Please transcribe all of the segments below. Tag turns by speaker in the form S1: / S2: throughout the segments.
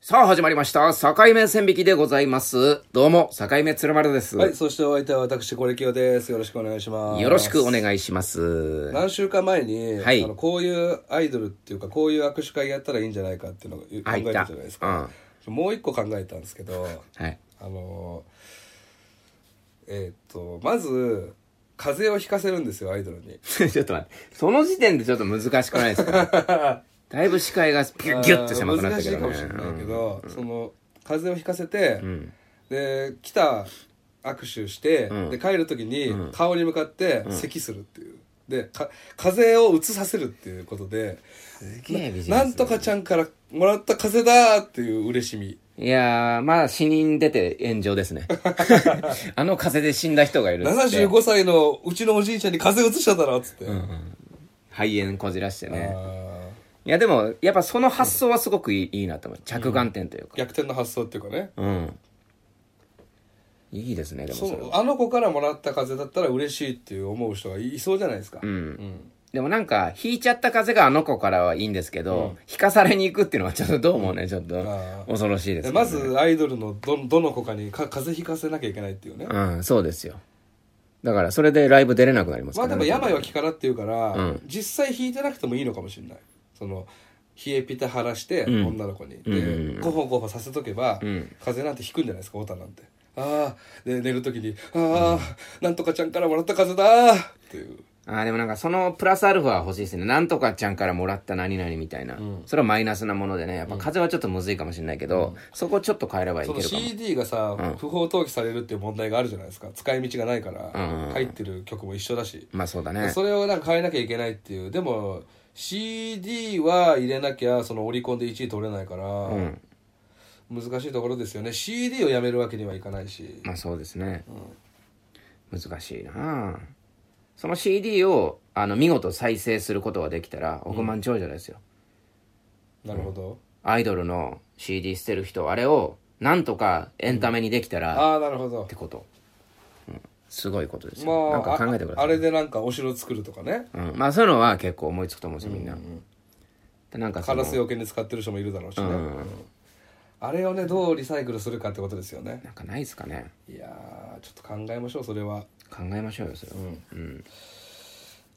S1: さあ始まりました。境目線引きでございます。どうも、境目鶴丸です。
S2: はい、そしてお相手は私、これきよです。よろしくお願いします。
S1: よろしくお願いします。
S2: 何週間前に、
S1: はい
S2: あのこういうアイドルっていうか、こういう握手会やったらいいんじゃないかっていうのを考え
S1: あ
S2: た
S1: い
S2: じ
S1: た
S2: ゃないですか。もう一個考えたんですけど、
S1: はい。
S2: あの、えーっと、まず、風邪をひかせるんですよ、アイドルに。
S1: ちょっと待って。その時点でちょっと難しくないですか だいぶ視界がピュッギュッと狭くなったけどね。
S2: あー難しいかもしれないけど、その風邪をひかせて、で来た握手して、で帰る時に顔に向かって咳するっていう、でか風邪をうつさせるっていうことで
S1: すげえビジネス
S2: なんとかちゃんからもらった風邪だーっていう嬉しみ
S1: いやー、まあ死人出て炎上 ですね。あの風で死んだ人がいるっつって。
S2: 75歳のうちのおじいちゃんに風邪うつしただろっつって、
S1: 肺炎こじらして
S2: あ
S1: ね。
S2: ー
S1: いやでも、やっぱその発想はすごくいい,、いいなと思う。着眼点というか。
S2: 逆転の発想っていうかね
S1: うん。いいですね、でも
S2: そ
S1: それ
S2: の
S1: は。
S2: あの子からもらった風邪だったら嬉しいっていう思う人がいそうじゃないですか、
S1: でもなんか、引いちゃった風があの子からはいいんですけど、引かされに行くっていうのはちょっとどうもね、ちょっと
S2: あー
S1: 恐ろしいです、
S2: で
S1: ね。
S2: ま、ずアイドルのどどの子かにか風邪ひかせなきゃいけないっていうね
S1: うん、そうですよ。だから、それでライブ出れなくなりますか
S2: ま
S1: ら
S2: あで
S1: ね
S2: も病は気からっていうから、実際引いてなくてもいいのかもしれないその冷えピタ晴らして、女の子にでゴホゴホさせとけば、風邪なんてひくんじゃないですかオタなんてああで寝る時に「ああ、なんとかちゃんからもらった風邪だ!」っていう
S1: あーでもなんかそのプラスアルファは欲しいですね。なんとかちゃんからもらった何々みたいな。それはマイナスなものでね。やっぱ風はちょっとむずいかもしれないけど、そこちょっと変えればい
S2: そ
S1: け
S2: の
S1: るかも。
S2: CD がさ、不法投棄されるっていう問題があるじゃないですか使い道がないから、入ってる曲も一緒だし、
S1: まあそうだね。
S2: それをなんか変えなきゃいけないっていうでも CD は入れなきゃそのオリコンで1位取れないから、難しいところですよね CD をやめるわけにはいかないし
S1: まあそうですね。難しいなあその CD をあの見事再生することができたら億万長者ですよ。
S2: なるほど、
S1: アイドルの CD 捨てる人、あれをなんとかエンタメにできたらっ
S2: ああなるほど
S1: てこと。うんすごいことですよ。な
S2: ま
S1: ん
S2: あ
S1: か考えてくだ
S2: あ
S1: さ
S2: あ
S1: い。
S2: れでなんかお城作るとかね
S1: うん、まあそういうのは結構思いつくと思うんですよ、みんな。でなんかそ
S2: カ
S1: の
S2: ラスよけに使ってる人もいるだろうしね、うんあれをねどうリサイクルするかってことですよね
S1: なんかないですかね
S2: いやーちょっと考えましょうそれは
S1: 考えましょうよそれは、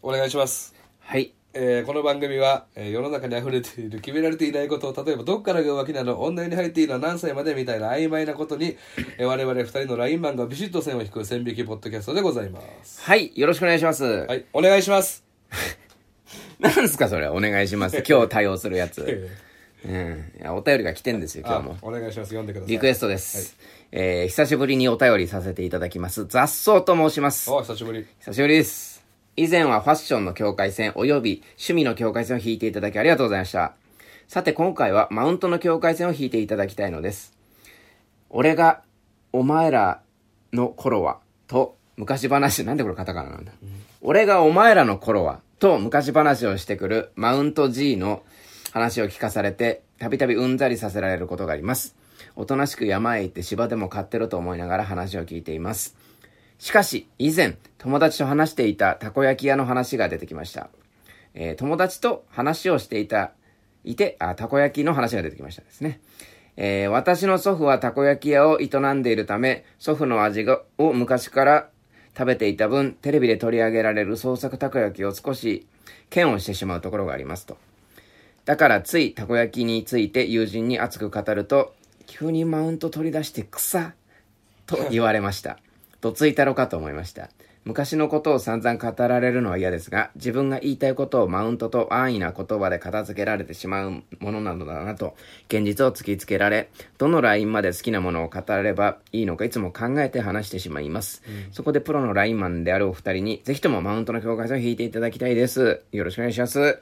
S2: お願いします
S1: はい
S2: えーこの番組は、えー世の中に溢れている決められていないことを例えばどっからが浮気なの女湯に入っていいのは何歳までみたいな曖昧なことに、えー我々二人のラインマンがビシッと線を引く線引きポッドキャストでございます
S1: はいよろしくお願いします、
S2: はいお願いします
S1: なんですかそれお願いします今日対応するやつ、
S2: え
S1: うん、いやお便りが来てんですよ
S2: ー
S1: 今
S2: あ
S1: 日も
S2: お願いします読んでください
S1: リクエストです、えー久しぶりにお便りさせていただきます雑草と申します
S2: お久しぶり
S1: 久しぶりです。以前はファッションの境界線及び趣味の境界線を引いていただきありがとうございました。さて今回はマウントの境界線を引いていただきたいのです。俺がお前らの頃はと昔話、なんでこれカタカナなんだ。俺がお前らの頃はと昔話をしてくるマウント G の話を聞かされてたびたびうんざりさせられることがあります。おとなしく山へ行って芝でも買ってろと思いながら話を聞いています。しかし、以前、友達と話していたたこ焼き屋の話が出てきました。えー友達と話をしていた、いて、あ、たこ焼きの話が出てきましたですね。えー私の祖父はたこ焼き屋を営んでいるため、祖父の味がを昔から食べていた分、テレビで取り上げられる創作たこ焼きを少し嫌悪してしまうところがありますと。だからついたこ焼きについて友人に熱く語ると、急にマウント取り出して草と言われました。どついたろかと思いました。昔のことを散々語られるのは嫌ですが、自分が言いたいことをマウントと安易な言葉で片付けられてしまうものなのだなと、現実を突きつけられ、どのラインまで好きなものを語ればいいのかいつも考えて話してしまいます。そこでプロのラインマンであるお二人に、ぜひともマウントの境界線を引いていただきたいです。よろしくお願いします。
S2: なる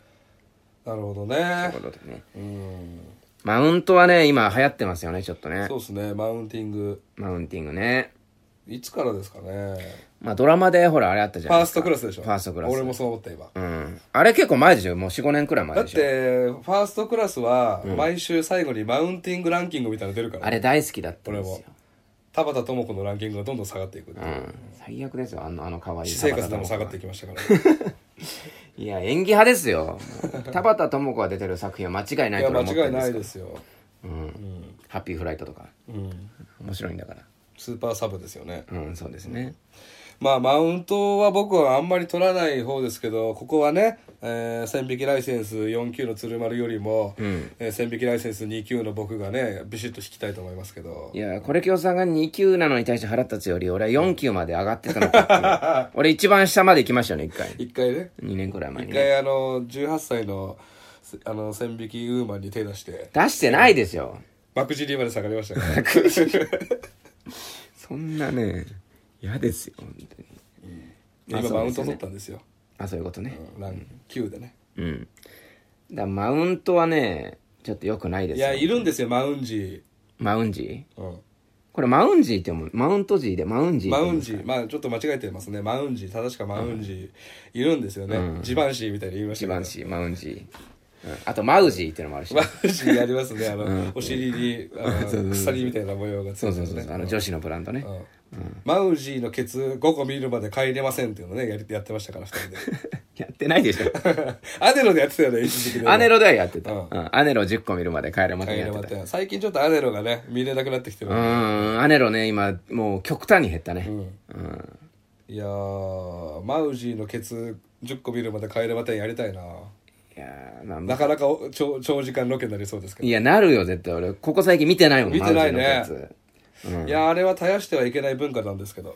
S2: ほど
S1: という
S2: ね
S1: ことでね。
S2: うん
S1: マウントはね、今流行ってますよね、ちょっとね
S2: そ。うですねマウンティング
S1: マウンティングね。
S2: いつからですかね
S1: まあドラマでほらあれあったじゃ
S2: フ
S1: ないで
S2: ァー
S1: す
S2: ス
S1: か。
S2: トクラスでしょ
S1: ファーストクラス。
S2: 俺もそう思った今
S1: うん。あれ結構前でしょもう4、5年くらい前
S2: だっ
S1: で
S2: て
S1: しょ
S2: ファーストクラスは毎週最後にマウンティングランキングみたいなの出るから
S1: あれ大好きだったんですよ
S2: 俺。田畑智子のランキングがどんどん下がっていくっていう、
S1: うん。最悪ですよ、あの、あの可愛い
S2: 私生活でも下がっていきましたから
S1: いや、演技派です よ。もう田畑智子が出てる作品は間違いないい
S2: や
S1: と
S2: 間
S1: 俺思って
S2: 違
S1: る
S2: い
S1: んで
S2: な
S1: すけ
S2: い
S1: ど
S2: ですよ
S1: ハッピーフライトとか
S2: うん、
S1: 面白いんだから
S2: スーパーサブですよね、
S1: うんそうですね
S2: まあマウントは僕はあんまり取らない方ですけどここはね、えー、線引きライセンス4級の鶴丸よりも、えー線引きライセンス2級の僕がねビシッと引きたいと思いますけど
S1: いやこれ京さんが2級なのに対して腹立つより俺は4級まで上がってたのかっていう俺一番下まで行きましたよね1回
S2: 一回ね
S1: 2年くらい前
S2: 一
S1: にね
S2: 回あの18歳のせあの線引きウーマンに手出して
S1: 出してないですよ
S2: 幕尻まで下がりまし たから、ね、
S1: そんなね嫌ですよ本当に
S2: 今
S1: あそうですよね
S2: マウント取ったんですよ
S1: あそういうことね
S2: ラン9でね
S1: うんだからマウントはねちょっと良くないで
S2: い
S1: すよ
S2: やいるんですよマウンジ
S1: マウンジー
S2: ー、うん
S1: これマウンジーって読むマウントジーでマウンジーって読
S2: マウ
S1: む
S2: ンジー、まあちょっと間違えてますね。マウンジー、正しかマウンジー、いるんですよね。ジバンシーみたいに言いました
S1: 一
S2: けど。
S1: 番しマウンジー、うん、あとマウジーってのもあるし、
S2: マウンジーやりますね。あの、お尻に、あ の鎖みたいな模様がついて
S1: そう
S2: ます
S1: そう
S2: ね。
S1: そうそうあの女子のブランドね、
S2: うんマウンジーのケツ5個見るまで帰れませんっていうのね、やりやってましたから、二人で。
S1: やってないでしょ
S2: アネロでやってたよね、一時期ね。
S1: アネロではやってた、う
S2: うん
S1: んアネロ10個見るまで帰れま
S2: 帰
S1: せんや
S2: れ
S1: っ
S2: ま
S1: てた
S2: せん最近ちょっとアネロがね、見れなくなってきてる
S1: う。んアネロね今もう極端に減ったね、うん
S2: いやー、マウジーのケツ10個見るまで帰れませんやりたいな。
S1: いやーま
S2: な
S1: あ
S2: かなかお長長時間ロケになりそうですけど
S1: い。やなるよ絶対俺ここ最近見てないもん
S2: 見てないね
S1: マウジーのやつ
S2: いやあれは絶やしてはいけない文化なんですけど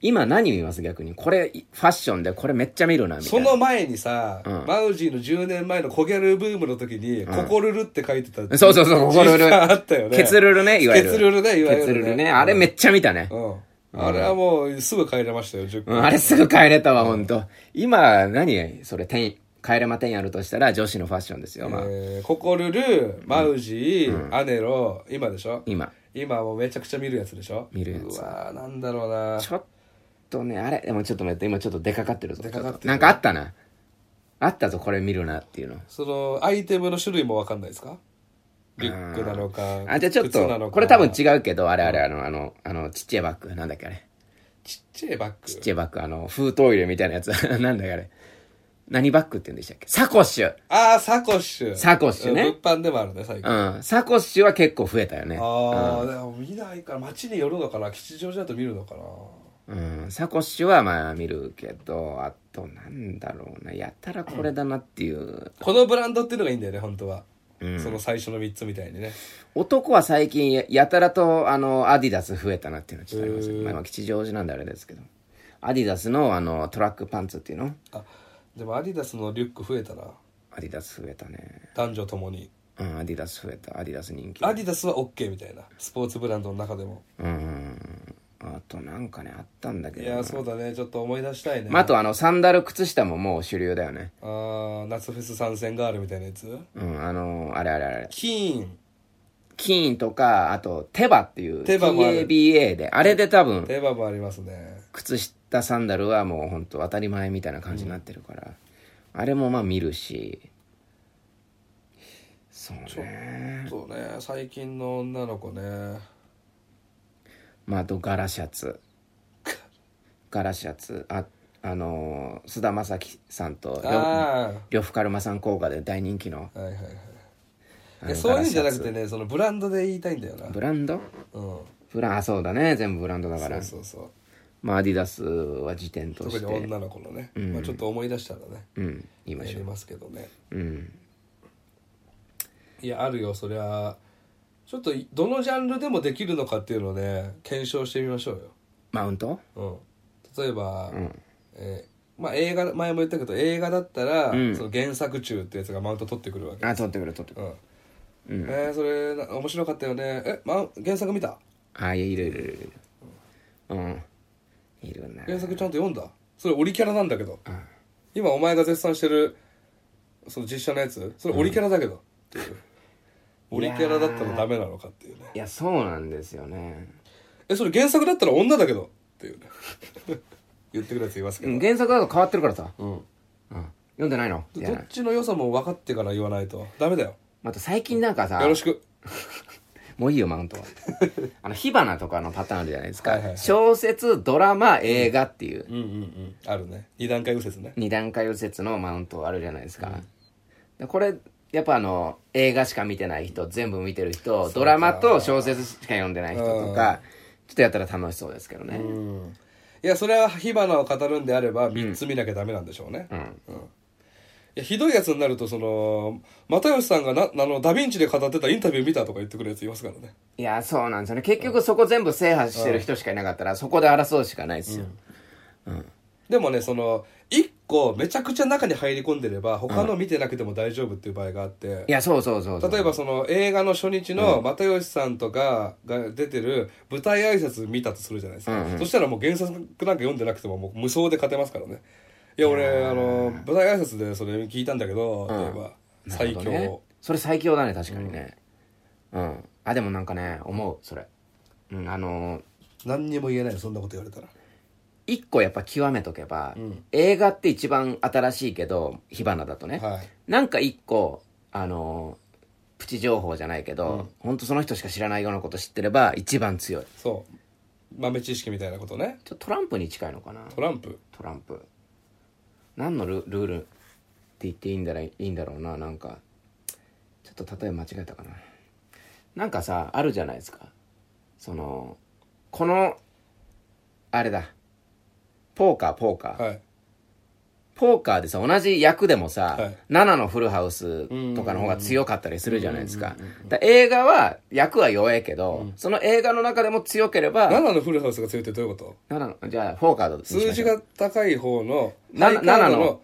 S1: 今何見ます逆にこれファッションでこれめっちゃ見るなみた
S2: そ
S1: いな
S2: の前にさ、マウジーの10年前のコギャルブームの時に「ココルル」って書いてた、
S1: そうそうそうここルー
S2: 時期
S1: ル
S2: があったよね
S1: ケツルルねいわゆる
S2: ケツルルねいわゆる
S1: ケツルルねあれめっちゃ見たね、
S2: うん、あれはもうすぐ帰れましたよ10
S1: うん、あれすぐ帰れたわ、ほんと。今、何それ、天、帰れま天やるとしたら女子のファッションですよ、まあ。
S2: えーココルルマウジー、アネロ今でしょ
S1: 今。
S2: 今もうめちゃくちゃ見るやつでしょ
S1: 見るやつ
S2: うわーなんだろうな
S1: ちょっとね、あれ、でもちょっと待って、今ちょっと出かかってるぞ。
S2: 出かかっ
S1: ち
S2: てる
S1: ょとなんかあったな。あったぞ、これ見るなっていうの。
S2: そのアイテムの種類もわかんないですかリュックなのか
S1: あ、じゃあちょっ
S2: 靴な
S1: と、
S2: のか
S1: これ多分違うけど、あれあれ、あの、あの、あの、ちっちゃいバッグ、なんだっけあれ。
S2: ちっちゃいバッグ
S1: ちっちゃいバッグ、あの、封筒入れみたいなやつ、 なんだっけあれ。何バッグって言うんでしたっけサコッシュ。
S2: ああ、サコッシュ。
S1: サコッシュね
S2: うん物販でもあるね、最近。あ
S1: うん。サコッシュは結構増えたよね。
S2: あー、でも見ないから、街に寄るのかな、吉祥寺だと見るのかな。
S1: うん、サコッシュはまあ見るけど、あとなんだろうな、やたらこれだなっていう。
S2: このブランドっていうのがいいんだよね、本当は。その最初の3つみたいにね。
S1: 男は最近や、やたらとあの、アディダス増えたなっていうのはちょっとありますけど、まあまあ吉祥寺なんであれですけど。アディダスのあの、トラックパンツっていうの
S2: あ、でもアディダスのリュック増えたな。
S1: アディダス増えたね。
S2: 男女ともに。
S1: うん、アディダス増えた。アディダス人気。
S2: アディダスは OK みたいな。スポーツブランドの中でも。
S1: うん。あとなんかね、あったんだけ
S2: い
S1: ど
S2: や
S1: な
S2: ー、。そうだね。ちょっと思い出したいね。
S1: まあ、あとあの、サンダル、靴下ももう主流だよね。
S2: あー、夏フェス参戦ガールみたいなやつ
S1: うん、あの、あれあれあれ。
S2: キーン。
S1: キーンとか、あと、テバっていう、
S2: テバもある
S1: TABA で、あれで多分、
S2: テーマもありますね。
S1: 靴下サンダルはもう本当当たり前みたいな感じになってるから、あれもまあ見るしそうね
S2: そうね、最近の女の子ね。
S1: まああと柄シャ ツ柄シャツああのー菅、田将暉さんと
S2: あー。
S1: 呂布カルマさん効果で大人気の
S2: はいはいはい
S1: の
S2: いやそういうんじゃなくてねそのブランドで言いたいんだよなうん
S1: ブランド
S2: そ
S1: ブランあそうだね全部ブランドだから
S2: うそうそう
S1: まあアディダスは時点と
S2: 特
S1: し
S2: に
S1: て
S2: 女の子のね、まあ、ちょっと思い出したらね
S1: うん言いま
S2: や
S1: しょ
S2: りますけどね
S1: ううん
S2: いやあるよそりゃちょっとどのジャンルでもできるのかっていうのをね検証してみましょう
S1: マウント
S2: よ、うん、例えば、えーまあ映画前も言ったけど映画だったら、その原作中ってやつがマウント取ってくるわけ
S1: あ取ってくる取ってくる
S2: うん、えーそれな面白かったよねえ、ま、原作見た
S1: あいやいるいるいるいるうんいるな
S2: 原作ちゃんと読んだそれオリキャラなんだけど、今お前が絶賛してるその実写のやつそれオリキャラだけど、っていうオリキャラだったらダメなのかっていうね
S1: いやそうなんですよね
S2: えそれ原作だったら女だけどっていうね 言ってくるやついますけど、
S1: うん原作だと変わってるからさ、
S2: うん
S1: うん、読んでないのい
S2: ど
S1: や
S2: っちの良さも分かってから言わないとダメだよ
S1: また最近なんかさ
S2: よろしく
S1: もういいよマウ ントはあの火花とかのパターンあるじゃないですか、
S2: はいはいはい
S1: 小説ドラマ映画っていう
S2: うんうんうんあるね二段階右折ね
S1: 二段階右折のマウントあるじゃないですか、でこれやっぱあの、映画しか見てない人、全部見てる人、ドラマと小説しか読んでない人とか、ちょっとやったら楽しそうですけどね。
S2: うんいやそれは火花を語るんであれば3つ見なきゃダメなんでしょうね、うんいやひどいやつになるとその又吉さんがなあのダ・ヴィンチで語ってたインタビュー見たとか言ってくるやついますからね
S1: いや、そうなんですよね。結局そこ全部制覇してる人しかいなかったら、そこで争うしかないですよ。
S2: でもねその1個めちゃくちゃ中に入り込んでれば他の見てなくても大丈夫っていう場合があって、
S1: いや、そうそうそうそう。
S2: 例えばその映画の初日の又吉さんとかが出てる舞台挨拶見たとするじゃないですか、そしたらもう原作なんか読んでなくてももう無双で勝てますからねいや俺あの舞台挨拶でそれ聞いたんだけど、例えば
S1: なる
S2: 最
S1: ほ
S2: 強、
S1: どね、それ最強だね確かにねうん、あでもなんかね思うそれうんあのー
S2: 何にも言えないよそんなこと言われたら
S1: 一個やっぱ極めとけば、映画って一番新しいけど火花だとね、
S2: はい
S1: なんか一個あのープチ情報じゃないけど、ほん、本当その人しか知らないようなこと知ってれば一番強いちょ
S2: そう豆知識みたいなことね
S1: っとトランプに近いのかな
S2: トランプ
S1: トランプ何のルルールって言っていいんだらいいんだろうななんかちょっと例え間違えたかななんかさあるじゃないですかそのこのあれだポーカーポーカー、
S2: はい
S1: ポーカーでさ同じ役でもさ、
S2: はい
S1: 7のフルハウスとかの方が強かったりするじゃないですかだから映画は役は弱いけど、その映画の中でも強ければ
S2: 7のフルハウスが強いってどういうこと
S1: 7のじゃあフォーカードにしましょう
S2: 数字が高い方の
S1: な
S2: ハイカード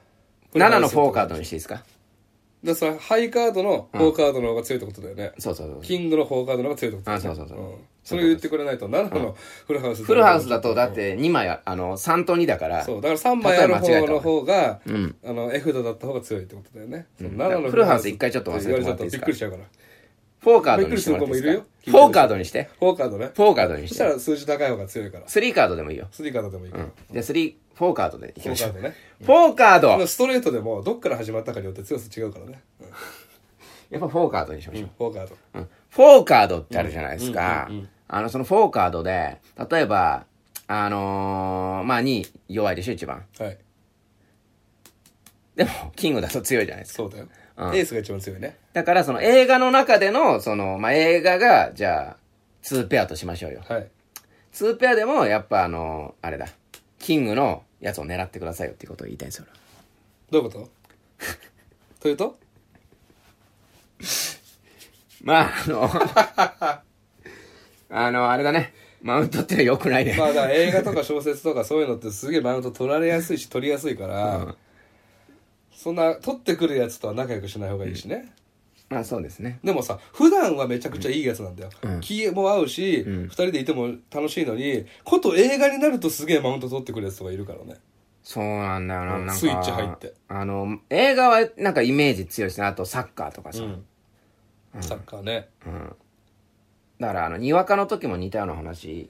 S1: 7のフォーカー
S2: ド
S1: ドにしていいですか
S2: だからそれハイカードのフォーカードの方が強いってことだよね、
S1: そうそうそう
S2: キングのフォーカードの方が強いってことだよ
S1: あ
S2: ね
S1: そうそうそうん
S2: それを言ってくれないと7のフルハウス
S1: フルハウスだとだって2枚ああの3と2だから
S2: そうだから3枚ある
S1: 例え間違え
S2: 方
S1: たわ
S2: の方が、あの絵札だった方が強いってことだよね、その7の
S1: フルハウス一回ちょっと忘れて
S2: 言われ
S1: も
S2: ち
S1: ら
S2: ゃ
S1: っ
S2: って
S1: いいです
S2: たらびっ
S1: か
S2: くりしちゃうから
S1: フォーカードにしてもらっていいです
S2: びっ
S1: か
S2: くりする
S1: フ
S2: 子もいるよ
S1: ォーカードにして
S2: フォーカードね
S1: フォーカードに
S2: そ
S1: し
S2: した
S1: て
S2: ら数字高い方が強いから
S1: スリーカードでもいいよ
S2: スリーカードでもいいから、
S1: じゃあスリーフォーカードでいき
S2: フォ
S1: ま
S2: ー
S1: し
S2: カ
S1: ょ
S2: ー
S1: う
S2: ドね
S1: フォーカード
S2: ストレートでもどっから始まったかによって強さ違うからね、うん
S1: やっぱフォーカードにしましょう
S2: フォーカード
S1: うんフォーカードってあるじゃないですかあのそのフォーカードで例えばあのーまあ2弱いでしょ一番
S2: はい
S1: でも キングだと強いじゃないですか
S2: そうだよ、エースが一番強いね
S1: だからその映画の中での、その、まあ、映画が、じゃあ、2ペアとしましょうよ。
S2: はい
S1: 2ペアでも、やっぱあの、あれだ、キングのやつを狙ってくださいよっていうことを言いたいんですよ。俺は
S2: どういうこととい うと
S1: まあ、あの、あの、 あれだね、マウントって良くないね。
S2: まあだから映画とか小説とかそういうのってすげえマウント取られやすいし取りやすいから、そんな取ってくるやつとは仲良くしない方がいいしね、
S1: まあ、そうですね。
S2: でもさ普段はめちゃくちゃいいやつなんだよ、気も合うし、二人でいても楽しいのにこと映画になるとすげえマウント取ってくるやつとかいるからね
S1: そうなんだよな、
S2: うん
S1: なんか。
S2: スイッチ入って。
S1: あの、映画はなんかイメージ強いしな、あとサッカーとかさ。
S2: サッカーね、
S1: だからあのにわかの時も似たような話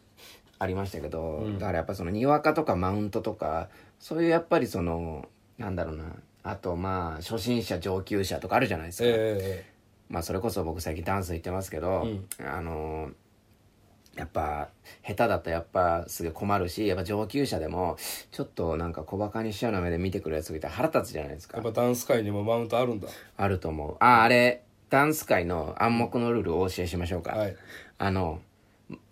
S1: ありましたけど、だからやっぱそのにわかとかマウントとかそういうやっぱりそのなんだろうなあとまあ初心者上級者とかあるじゃないですか、
S2: え
S1: まあそれこそ僕最近ダンス行ってますけど、あのやっぱ下手だとやっぱすげえ困るしやっぱ上級者でもちょっとなんか小バカにしちゃうような目で見てくるやつがいたら腹立つじゃないです
S2: え
S1: か
S2: やっぱダンス界にもマウントあるんだ
S1: あると思うあああれダンス界の暗黙のルールをお教えしましょうか、
S2: はい
S1: あの、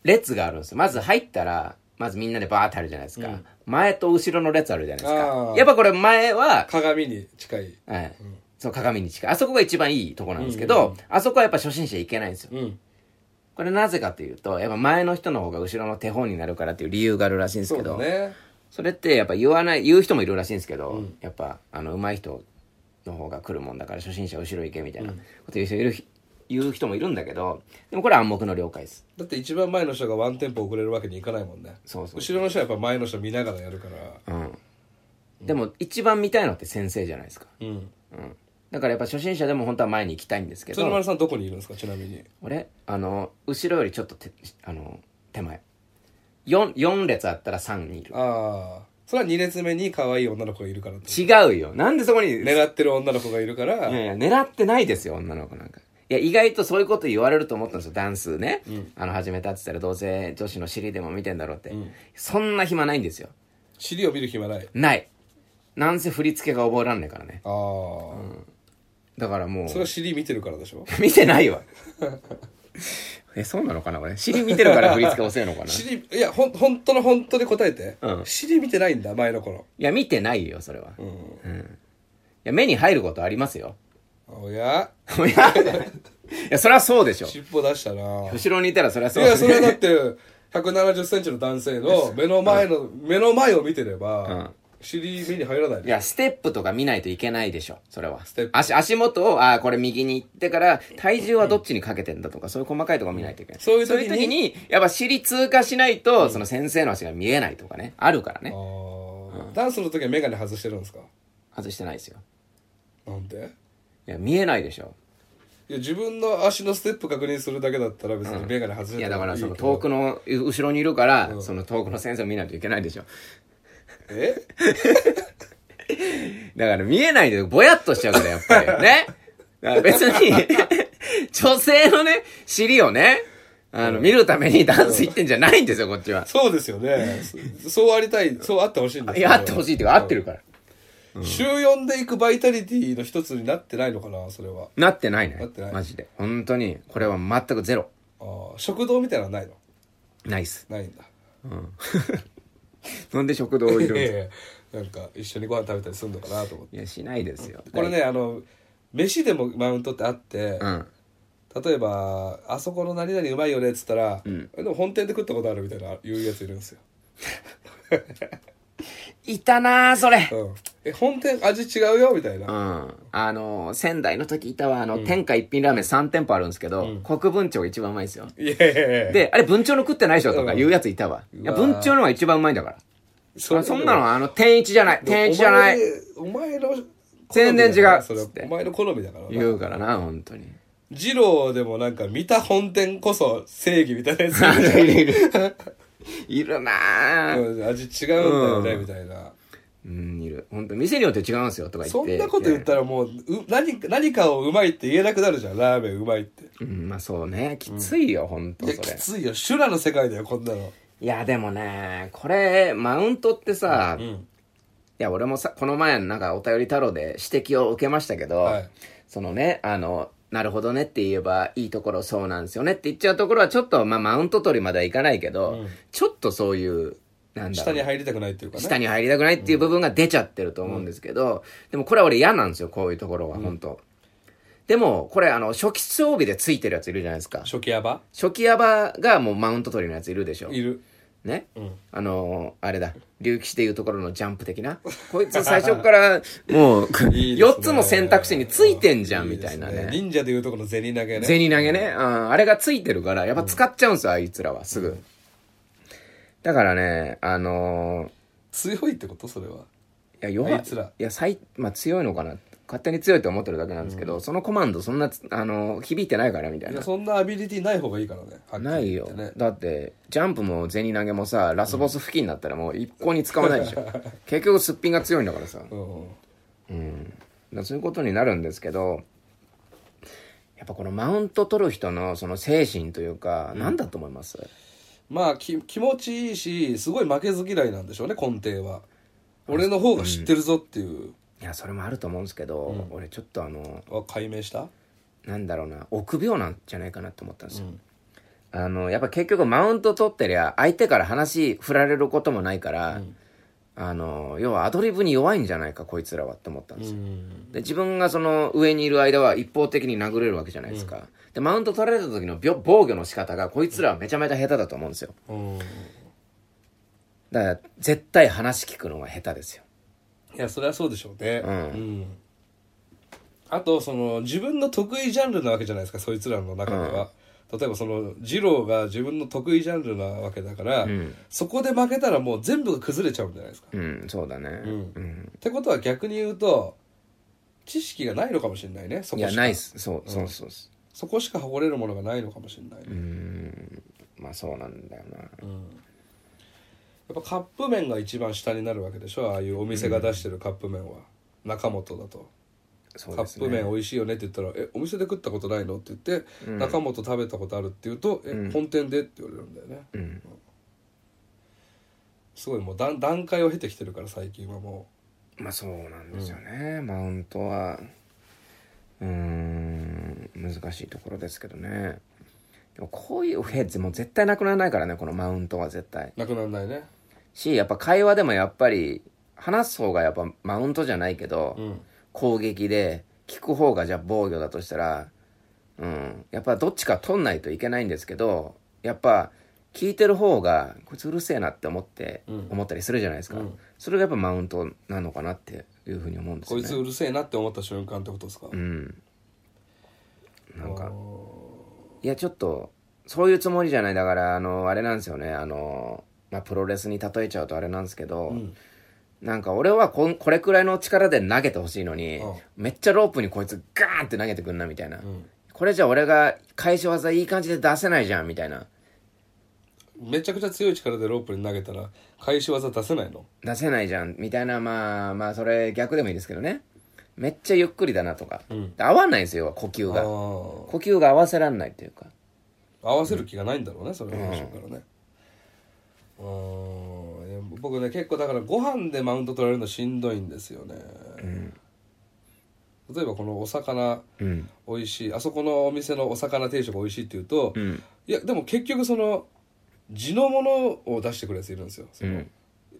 S1: 列があるんですよ。まず入ったら、まずみんなでバーってあるじゃないですか。前と後ろの列あるじゃないですか
S2: あ。ー
S1: やっぱこれ前は、
S2: 鏡に近い
S1: はい。そう、鏡に近い。あそこが一番いいとこなんですけど、あそこはやっぱ初心者いけないんですよ。
S2: うん
S1: これなぜかというと、やっぱ前の人の方が後ろの手本になるからっていう理由があるらしいんです
S2: そ
S1: け
S2: うだ
S1: ど、
S2: ね
S1: それってやっぱ言わない、言う人もいるらしいんですけど、やっぱ、あの、上手い人の方が来るもんだから初心者後ろ行けみたいなこと言う人いる、言う人もいるんだけど、でもこれは暗黙の了解です。
S2: だって一番前の人がワンテンポ遅れるわけにいかないもんね
S1: そうそう
S2: 後ろの人はやっぱ前の人見ながらやるから
S1: うん、でも一番見たいのって先生じゃないですか、
S2: うん
S1: うん、だからやっぱ初心者でも本当は前に行きたいんですけ
S2: 鶴
S1: ど
S2: 丸さんどこにいるんですかちなみに
S1: 俺あの後ろよりちょっと手あの手前 4, 4列あったら3にいる
S2: ああそれは2列目に可愛い女の子がいるからって
S1: 違うよなんでそこにい
S2: 狙ってる女の子がいるから、
S1: やいや狙ってないですよ女の子なんかいや意外とそういうこと言われると思ったんですよダンスね、あの始めたって言ったらどうせ女子の尻でも見てんだろうって、そんな暇ないんですよ
S2: 尻を見る暇ない
S1: ないなんせ振り付けが覚えらんねえからね
S2: ああ、
S1: だからもう
S2: それは尻見てるからでしょ
S1: 見て ないわえそうなのかな俺尻見てるから振り付け遅いのかない
S2: 尻いやほん本当の本当で答えて、
S1: うん
S2: 尻見てないんだ前の頃
S1: や見てないよそれは、
S2: う
S1: い
S2: ん
S1: や目に入ることありますよ
S2: おや
S1: いやいやそれはそうでしょ
S2: 尻尾出 したな
S1: 後ろにいたらそれはそう
S2: いや、
S1: で
S2: それはだって、170センチの男性の目の前の、目の前を見てれば、
S1: うん
S2: 尻目に入らない
S1: い
S2: ね。
S1: や、ステップとか見ないといけないでしょ、それは。
S2: ステップ
S1: 足、足元を、ああ、これ右に行ってから、体重はどっちにかけてんだとか、そういう細かいとこ見ないといけない。
S2: そういう時に
S1: にやっぱ尻通過しないと、その先生の足が見えないとかね、あるから
S2: あ
S1: ね。
S2: ーダンスの時はメガネ外してるんですか
S1: 外してないですよ。
S2: なんで
S1: いや、見えないでしょ。
S2: いや、自分の足のステップ確認するだけだったら別にメガネ外して
S1: いや、だから、その
S2: けど
S1: 遠くの、う後ろにいるから、その遠くの先生を見ないといけないでしょ。
S2: え
S1: だから見えないで、ぼやっとしちゃうから、やっぱり。ね。だから別に、 女性のね、尻をね、あの、見るためにダンス行ってんじゃないんですよ、こっちは。
S2: そうですよ ね。そそうありたい、そうあってほしいんです
S1: い
S2: けど
S1: や、あってほしいっていうか、合ってるから。
S2: 週4で行くバイタリティの一つになってないのかな、それは。
S1: なってないね
S2: なってない。
S1: マジで。本当に、これは全くゼロ。
S2: あー食堂みたいなのはないの
S1: ナイス。
S2: ないんだ。
S1: なんで食堂いるんですか
S2: ええなんか一緒にご飯食べたりするのかなと思って。
S1: いや、しないですよ。
S2: これね、あの、飯でもマウントってあって、
S1: うん。
S2: 例えば、あそこの何々うまいよねっつったら、でも本店で食ったことあるみたいな言うやついるんですよ。
S1: いたなぁ、それ。
S2: うん、え、本店味違うよみたいうな。
S1: ん。あの、仙台の時いたわ、あの、天下一品ラーメン3店舗あるんですけど、国分町が一番うまいですよ。
S2: いやいやいや
S1: で、あれ文鳥の食ってないでしょとか言うやついたわ。いや、文鳥のが一番うまいんだから。そ
S2: れ
S1: んなの、あの、天一じゃない、天一じゃない。
S2: お前の、お前の
S1: 全然違う
S2: 好みだからそれ
S1: つって
S2: お前の好みだからな。
S1: 言うからな、本当に。
S2: 二郎でもなんか見た本店こそ正義みたいなやつ
S1: いるいる。 いるなぁ。
S2: うん味違うんだよねみたいな。
S1: うん、いる。本当店によって違うんですよ、とか言って。
S2: そんなこと言ったらもうう何何かをうまいって言えなくなるじゃんラーメンうまいって
S1: うん、まあそうね。きついよ、本当
S2: いや
S1: そ
S2: き
S1: れ。
S2: ついよ修羅の世界だよこんなの
S1: いや、でもね、これ、マウントってさ、い
S2: ん
S1: や、俺もさ、この前、なんか、お便り太郎で指摘を受けましたけど、
S2: はい
S1: そのね、あの、なるほどねって言えば、いいところそうなんですよねって言っちゃうところは、ちょっと、まあ、マウント取りまではいかないけど、ちょっとそういう、なんだろ
S2: 下
S1: う
S2: に入りたくないっていうかね
S1: 下に入りたくないっていう部分が出ちゃってると思うんですけど、でもこれは俺嫌なんですよ、こういうところは、本当でも、これ、あの、初期装備でついてるやついるじゃないですか。
S2: 初期ヤバ
S1: 初期ヤバがもうマウント取りのやついるでしょ。
S2: いる
S1: ね、
S2: ん
S1: あのーあれだ、竜騎士でいうところのジャンプ的な。こい つ最初から、もう、
S2: いいですね
S1: 4つの選択肢についてんじゃん、みたいな
S2: です
S1: ね。
S2: 忍者でいうとこの銭投げね
S1: 銭投げね、うんあれがついてるから、やっぱ使っちゃうんですよ、あいつらは、すぐ。だからね、あのー
S2: 強いってことそれはい
S1: や弱い
S2: あいつら
S1: いや最、まあ、強いのかな勝手に強いと思ってるだけなんですけど、そのコマンドそんなつあの響いてないからみたい
S2: い
S1: な
S2: やそんなアビリティない方がいいからねはっきり
S1: な
S2: 言
S1: いよ
S2: ってね
S1: だってジャンプも銭投げもさラスボス付近になったらもう一向に使わないでし ょ結局すっぴんが強いんだからさ、
S2: うん
S1: うん、だからそういうことになるんですけどやっぱこのマウント取る人のその精神というか、なんだと思います
S2: まあき気持ちいいしすごい負けず嫌いなんでしょうね根底は俺の方が知ってるぞっていう、
S1: いやそれもあると思うんですけど、俺ちょっとあの
S2: あ解明した
S1: なんだろうな臆病なんじゃないかなと思ったんですよ、あのやっぱ結局マウント取ってりゃ相手から話振られることもないから、あの要はアドリブに弱いんじゃないかこいつらはって思ったんですよ、で自分がその上にいる間は一方的に殴れるわけじゃないですか、でマウント取られた時のびょ防御の仕方がこいつらはめちゃめちゃ下手だと思うんですよ
S2: うん
S1: だから絶対話聞くのが下手ですよ
S2: いやそれはそうでしょうね
S1: うん
S2: んあとその自分の得意ジャンルなわけじゃないですかそいつらの中では、例えばその二郎が自分の得意ジャンルなわけだから、そこで負けたらもう全部が崩れちゃうんじゃないですか、
S1: うんそうだね、
S2: ってことは逆に言うと知識がないのかもしれないねそ
S1: い
S2: こ
S1: や
S2: しか
S1: ないっすそうそうそうそう
S2: そこしか誇れるものがないのかもしれない、や
S1: まあそうなんだよな、
S2: っぱカップ麺が一番下になるわけでしょああいうお店が出してるカップ麺は、中本だと
S1: そう
S2: カ
S1: です
S2: ッ
S1: ね
S2: プ麺美味しいよねって言ったら「えお店で食ったことないの?」って言って、中本食べたことあるって言うと「え、本店で?」って言われるんだよね、うんすごいもう段段階を経てきてるから最近はも
S1: まあそうなんですよね、マウントは。うーん、難しいところですけどね。でもこういうヘッズもう絶対なくならないからね、このマウントは絶対。
S2: なくならないね
S1: し、やっぱ会話でもやっぱり、話す方がやっぱマウントじゃないけど、
S2: うん
S1: 攻撃で、聞く方がじゃあ防御だとしたら、うん、やっぱどっちか取んないといけないんですけど、やっぱ聞いてる方が、こいつうるせえなって思って、思ったりするじゃないですか、それがやっぱマウントなのかなっていうふうに思うんです
S2: こ
S1: よ
S2: い
S1: ね。
S2: つうるせえなって思った瞬間ってことですか、
S1: うん。なんか、いや、ちょっと、そういうつもりじゃない。だから、あの、あれなんですよね。あの、まあ、プロレスに例えちゃうとあれなんですけど、なんか俺はこんこれくらいの力で投げてほしいのに、
S2: うん
S1: めっちゃロープにこいつガーンって投げてくんな、みたいな。
S2: ん
S1: これじゃ俺が返し技いい感じで出せないじゃん、みたいな。
S2: めちゃくちゃ強い力でロープに投げたら返し技出せないの
S1: 出せないじゃん、みたいな、まあ、まあ、それ逆でもいいですけどね。めっちゃゆっくりだなとか。
S2: ん
S1: 合わないんですよ、呼吸
S2: ああ
S1: が。呼吸が合わせらんないっていうか。
S2: 合わせる気がないんだろうね、それは最初からねうーんいや僕ね結構だからご飯でマウント取られるのしんどいんですよね、例えばこのお魚、
S1: うん。
S2: 美味しいあそこのお店のお魚定食美味しいって言うと、
S1: ん
S2: いやでも結局その地のものを出してくるやついるんですよその、
S1: うん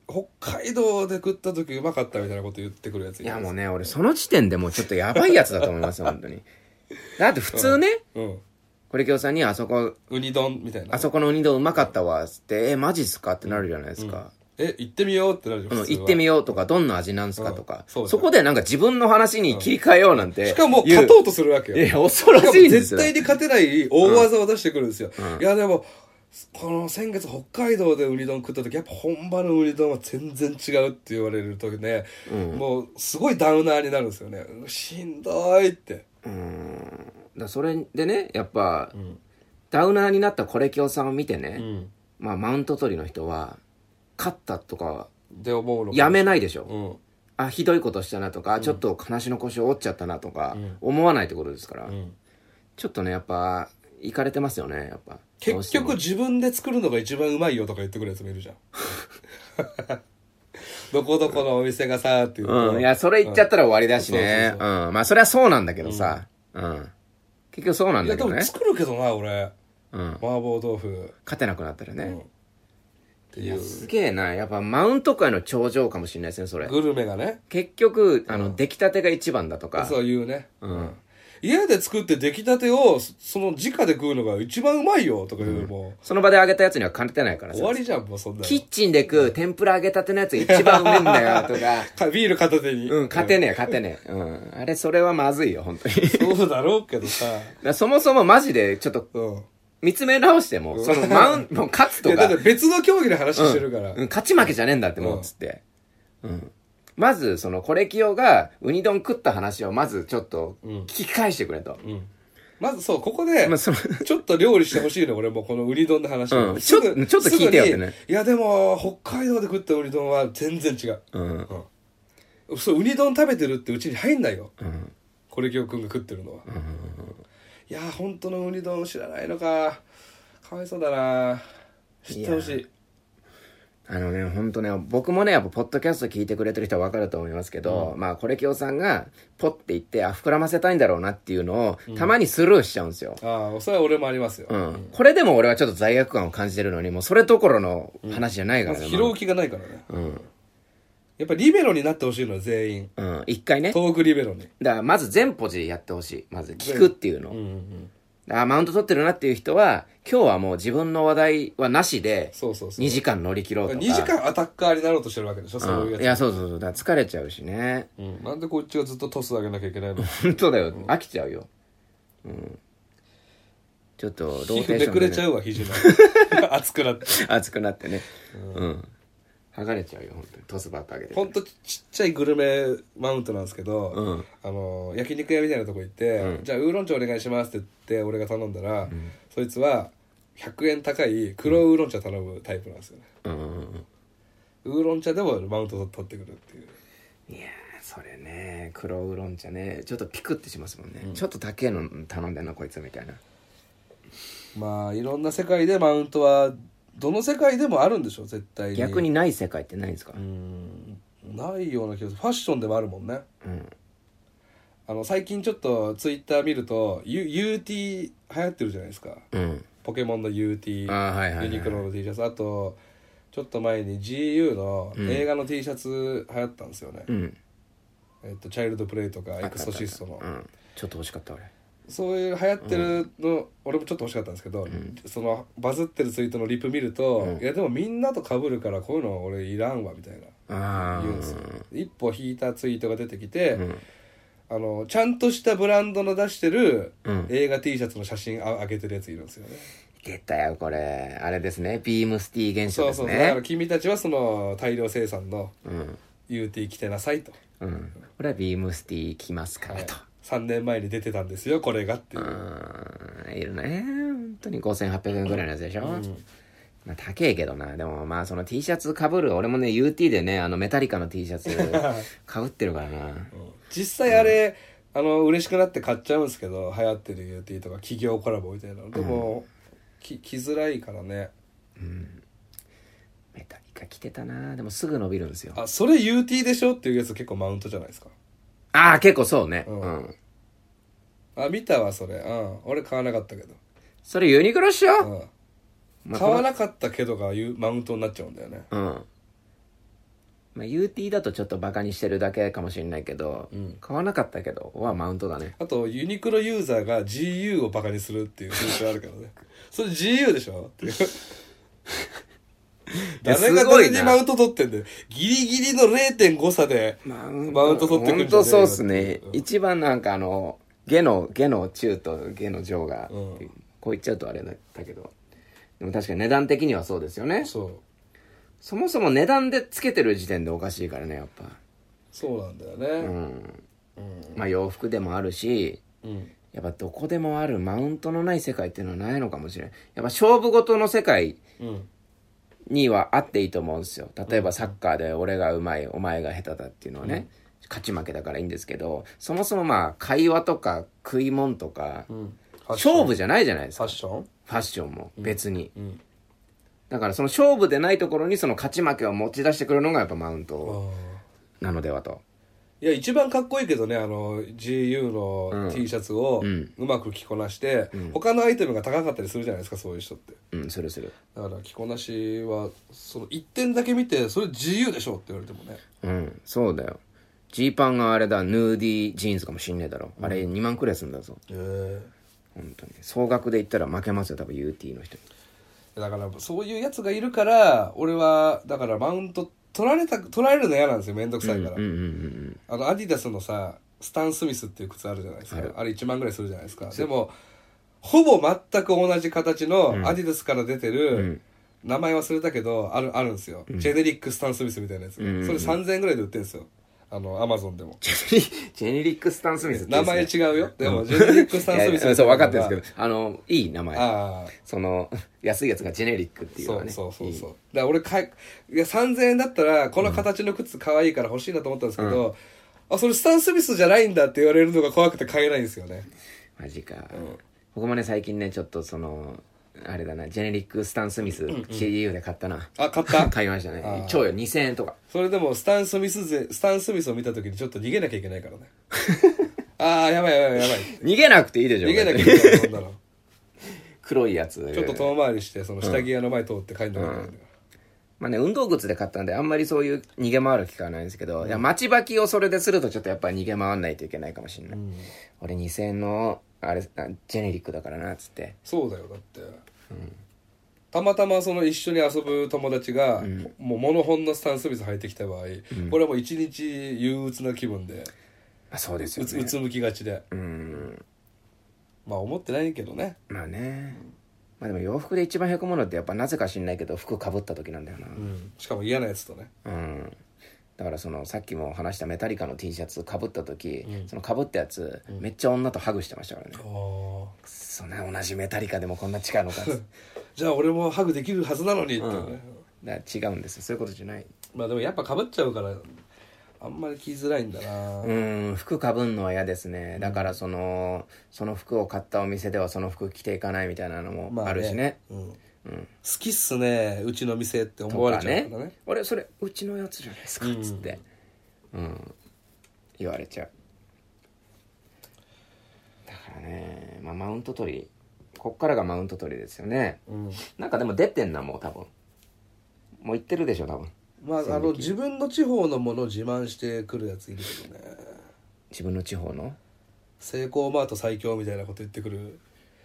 S2: 北海道で食った時うまかったみたいなこと言ってくるやつ
S1: い
S2: いる
S1: や
S2: んで
S1: もう
S2: す
S1: ね、俺その時点でもうちょっとやばいやつだと思いますよ、本当 に。だって普通ね、
S2: う
S1: これきょうさんにあそこ、
S2: ん、ウニ丼みたいな
S1: あそこのうに丼うまかったわ、つって、え、マジっすかってなるじゃないですか。
S2: え行ってみようってなるじゃ
S1: うんん、
S2: 普通は
S1: 行ってみようとか、どんな味なんすかとか、
S2: うんそうだよ
S1: そこでなんか自分の話に切り替えようなんて。
S2: しかも
S1: 言
S2: 勝とうとするわけよ
S1: いや、恐ろしいです
S2: 絶
S1: よ。
S2: 対に勝てない大技を出してくるんですよ、いやでもこの先月北海道でウニ丼食った時やっぱ本場のウニ丼は全然違うって言われる時ね、もうすごいダウナーになるんですよねしんどいって
S1: うん。だからそれでね、やっぱ、ダウナーになったコレキョウさんを見てね、
S2: ん
S1: まあ、マウント取りの人は、勝ったとか、
S2: で思うの
S1: やめないでしょ。
S2: うん
S1: あひどいことしたなとか、ちょっと悲しの腰を折っちゃったなとか、思わないってことですから、
S2: ん
S1: ちょっとねやっぱいかれてますよねやっぱどう
S2: 結
S1: しても
S2: 局自分で作るのが一番うまいよとか言ってくるやつもいるじ ゃんどこどこのお店がさっていうと、
S1: うんいやそれ言っちゃったら終わりだしね
S2: うんそう
S1: うんまあそれはそうなんだけどさうん、結局そうなん
S2: いや
S1: だけ
S2: で
S1: ど
S2: も
S1: ね
S2: 作るけどな俺
S1: うん
S2: 麻婆豆腐
S1: 勝てなくなったら
S2: うんっ
S1: ね、
S2: ていう
S1: すげえなやっぱマウント界の頂上かもしれないですねそれ
S2: グルメがね
S1: 結局あの、出来たてが一番だとか
S2: そういうね、家で作って出来たてをそその直で食うのが一番うまいよとか言うのも、
S1: その場で揚げたやつには勝てないから
S2: 終
S1: さ
S2: わりじゃんもうそんなの
S1: キッチンで食う天ぷら揚げたてのやつが一番うめえんだよとか
S2: かビール片手に、
S1: うん、勝てねえ、勝てねえ。うん。あれ、それはまずいよ、本当に。だ か
S2: そうだろうけどさ、
S1: らそもそもマジで、ちょっと、
S2: うん、い
S1: 見つめ直しても、その、マウ ン、もう勝つと
S2: や
S1: か
S2: だっ、て別の競技で話してるから、
S1: うん、勝ち負けじゃねえんだって、も
S2: う
S1: う、
S2: ん
S1: つって。うん。まず、その、コレキオが、ウニ丼食った話を、まず、ちょっと、聞き返してくれと。
S2: うんまずそうここで、
S1: まあ、その、
S2: ちょっと料理してほしいの俺もこのウニ丼の話を、
S1: うん
S2: すぐ
S1: ちょっとちょっと聞いてよってね
S2: すぐにいやでも北海道で食ったウニ丼は全然違う、
S1: うん。
S2: うん、そうウニ丼食べてるってうちに入んないよ
S1: うん。
S2: コレキオくんが食ってるのは、いやー本当のウニ丼知らないのかかわいそうだな知ってほしい
S1: あのね、本当ね、僕もね、やっぱ、ポッドキャスト聞いてくれてる人はわかると思いますけど、まあ、コレキオさんが、ポッて言って、あ、膨らませたいんだろうなっていうのを、たまにスルーしちゃうんですよ。
S2: ああそれは俺もありますよ、
S1: うん、これでも俺はちょっと罪悪感を感じてるのにもうそれどころの話じゃないか
S2: ま
S1: ら
S2: ず
S1: ね、
S2: 拾う気がないからね、
S1: ん
S2: やっぱリベロになってほしいのは全員
S1: まあうん、一回ね
S2: 東北リベロに
S1: だからまず全ポジやってほしいまず聞くっていうの、あマウント取ってるなっていう人は今日はもう自分の話題はなしで
S2: そうそうそう
S1: 2時間乗り切ろうとか
S2: 2時間アタッカーになろうとしてるわけでしょそういう
S1: うんい
S2: や
S1: やそうそうそうだから疲れちゃうしね
S2: つ、うんなんでこっちがずっとトスあげなきゃいけないの
S1: 本当だよ飽きちゃうよ、うん、ちょっとロ
S2: 皮
S1: ーテー
S2: 膚
S1: シ
S2: め
S1: ョンで
S2: くれ
S1: ね
S2: ちゃうわ肘が 熱くなって
S1: 熱くなってねうん剥がれちゃうよ本当にトスばっか上げて
S2: ほんとちっちゃいグルメマウントなんですけど、
S1: うん
S2: あの焼肉屋みたいなとこ行って、じゃあウーロン茶お願いしますって言って俺が頼んだら、そいつは100円高い黒ウーロン茶頼むタイプなんですよね、
S1: うんうんうん
S2: ウーロン茶でもマウント取ってくるっていう
S1: いやーそれね黒ウーロン茶ねちょっとピクってしますもんね、ちょっと高えの頼んでんなこいつみたいな
S2: まあいろんな世界でマウントはどの世界でもあるんでしょ絶対に
S1: 逆にない世界ってないんですか、
S2: うんないような気がするファッションでもあるもんね
S1: うん
S2: あの最近ちょっとツイッター見ると、U、UT 流行ってるじゃないですか
S1: うん。
S2: ポケモンの UT
S1: あーはいはいはい
S2: ユニクロの T シャツあとちょっと前に GU の映画の T シャツ流行ったんですよね、
S1: うん。
S2: えっと、チャイルドプレイとかエクソシストの
S1: うん。ちょっと欲しかった俺。
S2: そういう流行ってるの、俺もちょっと欲しかったんですけど、そのバズってるツイートのリプ見ると、いやでもみんなと被るからこういうの俺いらんわみたいな
S1: ああ
S2: 言うんですよ、一歩引いたツイートが出てきて、あのちゃんとしたブランドの出してる
S1: うん
S2: 映画 T シャツの写真あ上げてるやついるんですよね
S1: 出たよこれあれですねビームスティー現象
S2: そ
S1: で
S2: う
S1: す
S2: そう
S1: ね
S2: だから君たちはその大量生産の
S1: うん
S2: UT 着てなさいと、
S1: うんこれはビームスティー来ますからと、
S2: 3年前に出てたんですよこれがっていう、
S1: うーんいるね本当に5800円ぐらいのやつでしょ、まあ高えけどなでもまあその T シャツかぶる俺もね UT でねあのメタリカの T シャツかぶってるからな
S2: 実際あれ、あの嬉しくなって買っちゃうんですけど流行ってる UT とか企業コラボみたいなのでも、き着づらいからね
S1: メタリカ着てたなでもすぐ伸びるんですよ
S2: あそれ UT でしょっていうやつ結構マウントじゃないですか
S1: ああ結構そうねうん、
S2: あ見たわそれうん俺買わなかったけど、
S1: それユニクロっしょ
S2: うん買わなかったけどがいうマウントになっちゃうんだよね
S1: うん、まあ、UT だとちょっとバカにしてるだけかもしれないけど、買わなかったけどはマウントだね
S2: あとユニクロユーザーが GU をバカにするっていう風潮あるから ねそれ GU でしょっていう誰が
S1: すごい
S2: 誰
S1: な
S2: にマウント取ってんだよギリギリの0.5差で
S1: マ
S2: マウント取ってくる
S1: 本
S2: んじ
S1: 当
S2: ゃねえ
S1: そう
S2: よ
S1: っすね、一番なんかあの下の下の中と下の上が、
S2: うん
S1: こう言っちゃうとあれだったけどでも確かに値段的にはそうですよね
S2: そう
S1: そもそも値段でつけてる時点でおかしいからねやっぱ
S2: そうなんだよね
S1: うん、まあ洋服でもあるし
S2: うん、
S1: やっぱどこでもあるマウントのない世界っていうのはないのかもしれないやっぱ勝負事の世界
S2: うん
S1: にはあっていいと思うんですよ例えばサッカーで俺がうまいお前が下手だっていうのはね、勝ち負けだからいいんですけどそもそもまあ会話とか食い物とか、
S2: うんファッション
S1: 勝負じゃないじゃないです
S2: ファ
S1: か
S2: ッション
S1: ファッションも別に、
S2: ん
S1: だからその勝負でないところにその勝ち負けを持ち出してくるのがやっぱマウントなのではと
S2: いや一番かっこいいけどねあの GU の T シャツをうまく着こなして、他のアイテムが高かったりするじゃないですかそういう人って
S1: うんするする
S2: だから着こなしはその1点だけ見てそれ GU でしょって言われてもね
S1: うんそうだよジーパンがあれだヌーディージーンズかもしんねえだろ、あれ2万くらいすんだぞ
S2: え
S1: 本当に総額で言ったら負けますよ多分 UT の人に
S2: だからそういうやつがいるから俺はだからマウント取られた取られるの嫌なんですよ面倒くさいから、
S1: うんうんうん
S2: あのアディダスのさスタン・スミスっていう靴あるじゃないですかあれ1万ぐらいするじゃないですかでもほぼ全く同じ形のアディダスから出てる、名前忘れたけどあるあるんですよ、ジェネリック・スタン・スミスみたいなやつ、それ3000円ぐらいで売ってるんですよあのアマゾンでも
S1: ジェネリジェネリック・スタン・スミスって言
S2: 名
S1: うんですね
S2: 前違うよでもジェネリック・スタン・スミス
S1: いやいやそう分かってるん
S2: ど
S1: ですけどあのいい名前
S2: ああ
S1: その 安いやつがジェネリックっていうの
S2: そ
S1: は
S2: う
S1: ね
S2: そうそうそう
S1: いい
S2: だから俺かいいや3000円だったらこの形の靴可愛いから欲しいなと思ったんですけど、あそれスタン・スミスじゃないんだって言われるのが怖くて買えないんですよね
S1: マジか、僕もね最近ねちょっとそのあれだなジェネリック・スタン・スミス CDU で買ったな、
S2: あ 買った
S1: 買いましたね超よ2000円とか
S2: それでもスタン・スミスぜスタン・スミスを見た時にちょっと逃げなきゃいけない からねああやばいやばいやばい
S1: 逃げなくていいでしょ
S2: 逃げなきゃ
S1: こ
S2: い
S1: れ
S2: けないそんなの
S1: 黒いやつ
S2: ちょっと遠回りしてその下着屋の前通って帰んなきゃいけないんだから
S1: まあね運動靴で買ったんであんまりそういう逃げ回る機会はないんですけど、いや待ちばきをそれでするとちょっとやっぱ逃げ回らないといけないかもしれない、俺2000円のあれあジェネリックだからなっつって
S2: そうだよだって、たまたまその一緒に遊ぶ友達が、もうモノホンのスタン・スミス履いてきた場合、俺はもう一日憂鬱な気分で
S1: あそうです
S2: う
S1: よ
S2: つ,、
S1: ね
S2: うつむきがちで
S1: うん
S2: まあ思ってないけどね
S1: まあねまあでも洋服で一番へこむのってやっぱなぜか知んないけど服かぶった時なんだよな
S2: しかも嫌なやつとね
S1: うんだからそのさっきも話したメタリカの T シャツかぶった時、そのかぶったやつ、めっちゃ女とハグしてましたからねそんな同じメタリカでもこんな近いのかっつ だか
S2: じゃあ俺もハグできるはずなのにっていうね、
S1: ら違うんですよそういうことじゃない
S2: まあでもやっぱかぶっちゃうからあんまり着づらいんだな、
S1: うん服かぶんのは嫌ですねだからそのその服を買ったお店ではその服着ていかないみたいなのもあるしね,、
S2: うん好きっすねうちの店って思われちゃうからね
S1: とかねあれそれうちのやつじゃないですかっつってうん、言われちゃうからね、まあ、マウント取りこっからがマウント取りですよね
S2: うん
S1: なんかでも出てんなもう多分もう行ってるでしょ多分
S2: まああの自分の地方のものを自慢してくるやついるけどね
S1: 自分の地方の
S2: セイコーマート最強みたいなこと言ってくる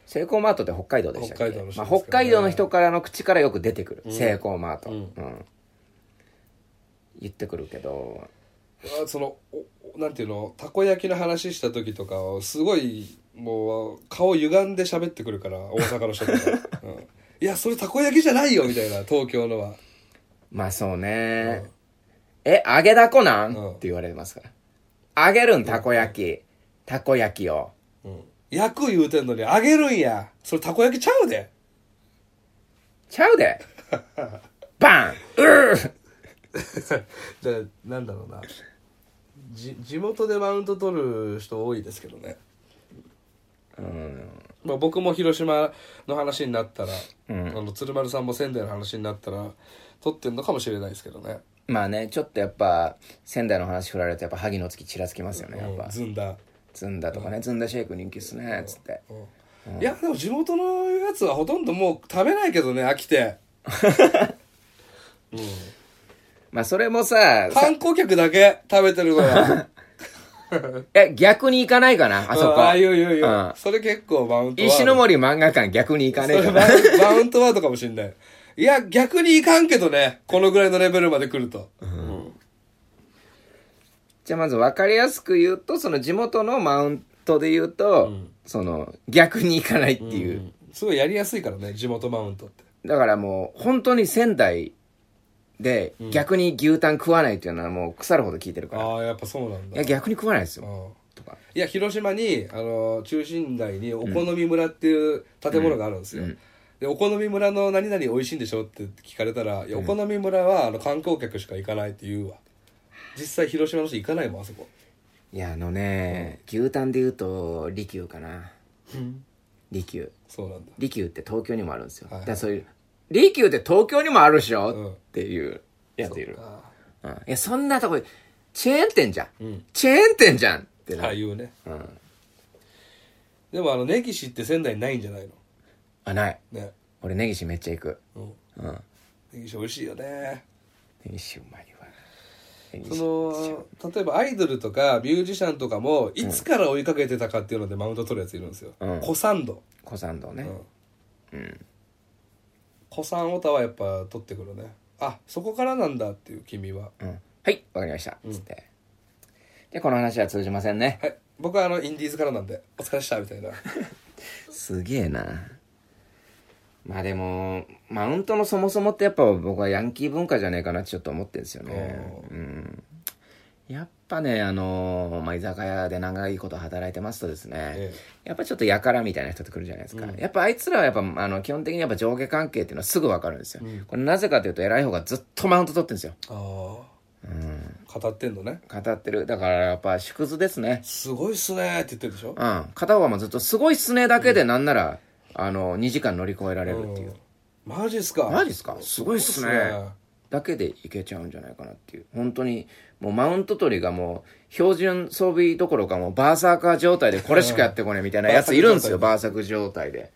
S1: セイコーマートって北海道でしたっけ
S2: 北海
S1: ま
S2: 道の人
S1: あ、
S2: ですからね
S1: 北海道の人からの口からよく出てくる、セイコーマート、
S2: う
S1: うんん言ってくるけど
S2: あそのおおなんていうのたこ焼きの話した時とかはすごいもう顔歪んで喋ってくるから大阪の人とか、うん、いやそれたこ焼きじゃないよみたいな東京のは
S1: まあそうね、え揚げだこなん、
S2: うん
S1: って言われますから揚げるんたこ焼き、たこ焼きを
S2: 焼く言うてんのに揚げるんやそれたこ焼きちゃうで
S1: ちゃう でバンうー
S2: じゃあなんだろうなじ地元でマウント取る人多いですけどね、まあ、僕も広島の話になったら、あの鶴丸さんも仙台の話になったら取ってんのかもしれないですけどね、
S1: まあねちょっとやっぱ仙台の話振られるとやっぱ萩の月ちらつきますよねやっ
S2: うん
S1: ぱ、
S2: ずんだ、
S1: ずんだとかねずんだシェイク人気っすねつって
S2: いやでも地元のやつはほとんどもう食べないけどね飽きて
S1: まあそれもさ
S2: 観光客だけ食べてるのよ
S1: え逆に行かないか なあそこ
S2: ああいういういう、
S1: うん
S2: それ結構マウントは
S1: 石の森漫画館逆に行かねえか
S2: それ
S1: な
S2: マウン マウントワードかもしれない。いや、逆にいかんけどね。このぐらいのレベルまで来ると。
S1: じゃあまず分かりやすく言うとその地元のマウントで言うと、その逆に行かないっていう、
S2: すごいやりやすいからね、地元マウントって。
S1: だからもう本当に仙台で逆に牛タン食わないっていうのはもう腐るほど聞いてるから、
S2: ああ、やっぱそうなん
S1: い
S2: だ。
S1: や逆に食わないですよ、
S2: うん
S1: とか
S2: いや、広島に、あの、中心街にお好み村っていう建物があるんですよ。で、お好み村の何々美味しいんでしょって聞かれたら、いや、お好み村はあの観光客しか行かないって言うわ。実際広島の人行かないもん、あそこ。
S1: いやあのね、牛タンで言うと利休かな利休
S2: そうなんだ。
S1: 利休って東京にもあるんですよ、
S2: はいは
S1: だ
S2: い
S1: からそういう利休って東京にもあるっしょ、
S2: うん
S1: っていうやついる
S2: あ
S1: うん、いやそんなとこチェーン店じゃん、
S2: うん
S1: チェーン店じゃんって
S2: あ
S1: な、
S2: あいうね。
S1: うん、
S2: でもあの、根岸って仙台にないんじゃないの
S1: あない
S2: ね。
S1: 俺根岸めっちゃ行く
S2: うん。
S1: うん
S2: 根岸美味しいよね。
S1: 根岸うまいわ根岸
S2: その例えばアイドルとかミュージシャンとかもいつから追いかけてたかっていうのでマウント取るやついるんですよ、
S1: うん
S2: 古参度
S1: 小山道ね、
S2: うん、古参オタはやっぱ取ってくるねあそこからなんだっていう君は
S1: うんはいわかりましたつって、でこの話は通じませんね
S2: はい僕はあのインディーズからなんでお疲れっしたみた いな
S1: すげえなまあでもマウントのそもそもってやっぱ僕はヤンキー文化じゃねえかなってちょっと思ってるんですよねうんやっぱねあのまあ、居酒屋で長いこと働いてますとですね、
S2: え
S1: やっぱちょっとやからみたいな人って来るじゃないですか、やっぱあいつらはやっぱあの基本的にやっぱ上下関係っていうのはすぐ分かるんですよ、これなぜかというと偉い方がずっとマウント取ってるんですよ、
S2: ああ語ってんのね
S1: 語ってるだからやっぱ縮図ですね
S2: すごいっすねって言ってるでしょ
S1: うん片方もずっとすごいっすねだけでなんなら、あの2時間乗り越えられるっていう、
S2: マジっすか
S1: マジっすかすごいっすね
S2: ごいっすね
S1: だけでいけちゃうんじゃないかなっていう本当にもうマウント取りがもう標準装備どころかもうバーサーカー状態でこれしかやってこねえみたいなやついるんですよバーサク状態で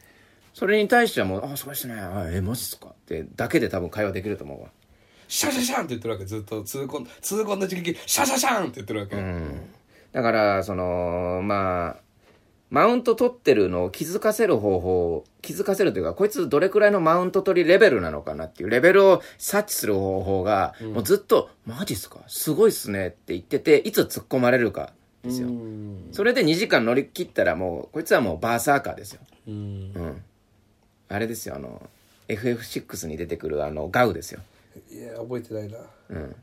S1: それに対してはもう「あすごいっすねあえマジっすか」ってだけで多分会話できると思うわ
S2: シャシャシャンって言ってるわけずっと痛恨痛恨の直撃シャシャシャンって言ってるわけ、
S1: だからそのまあマウント取ってるのを気づかせる方法気づかせるというかこいつどれくらいのマウント取りレベルなのかなっていうレベルを察知する方法が、もうずっと「マジっすかすごいっすね」って言ってていつ突っ込まれるかですよ、それで2時間乗り切ったらもうこいつはもうバーサーカーですよ
S2: うん
S1: あれですよあの FF6 に出てくるあのガウですよ
S2: いや覚えてないな
S1: うん、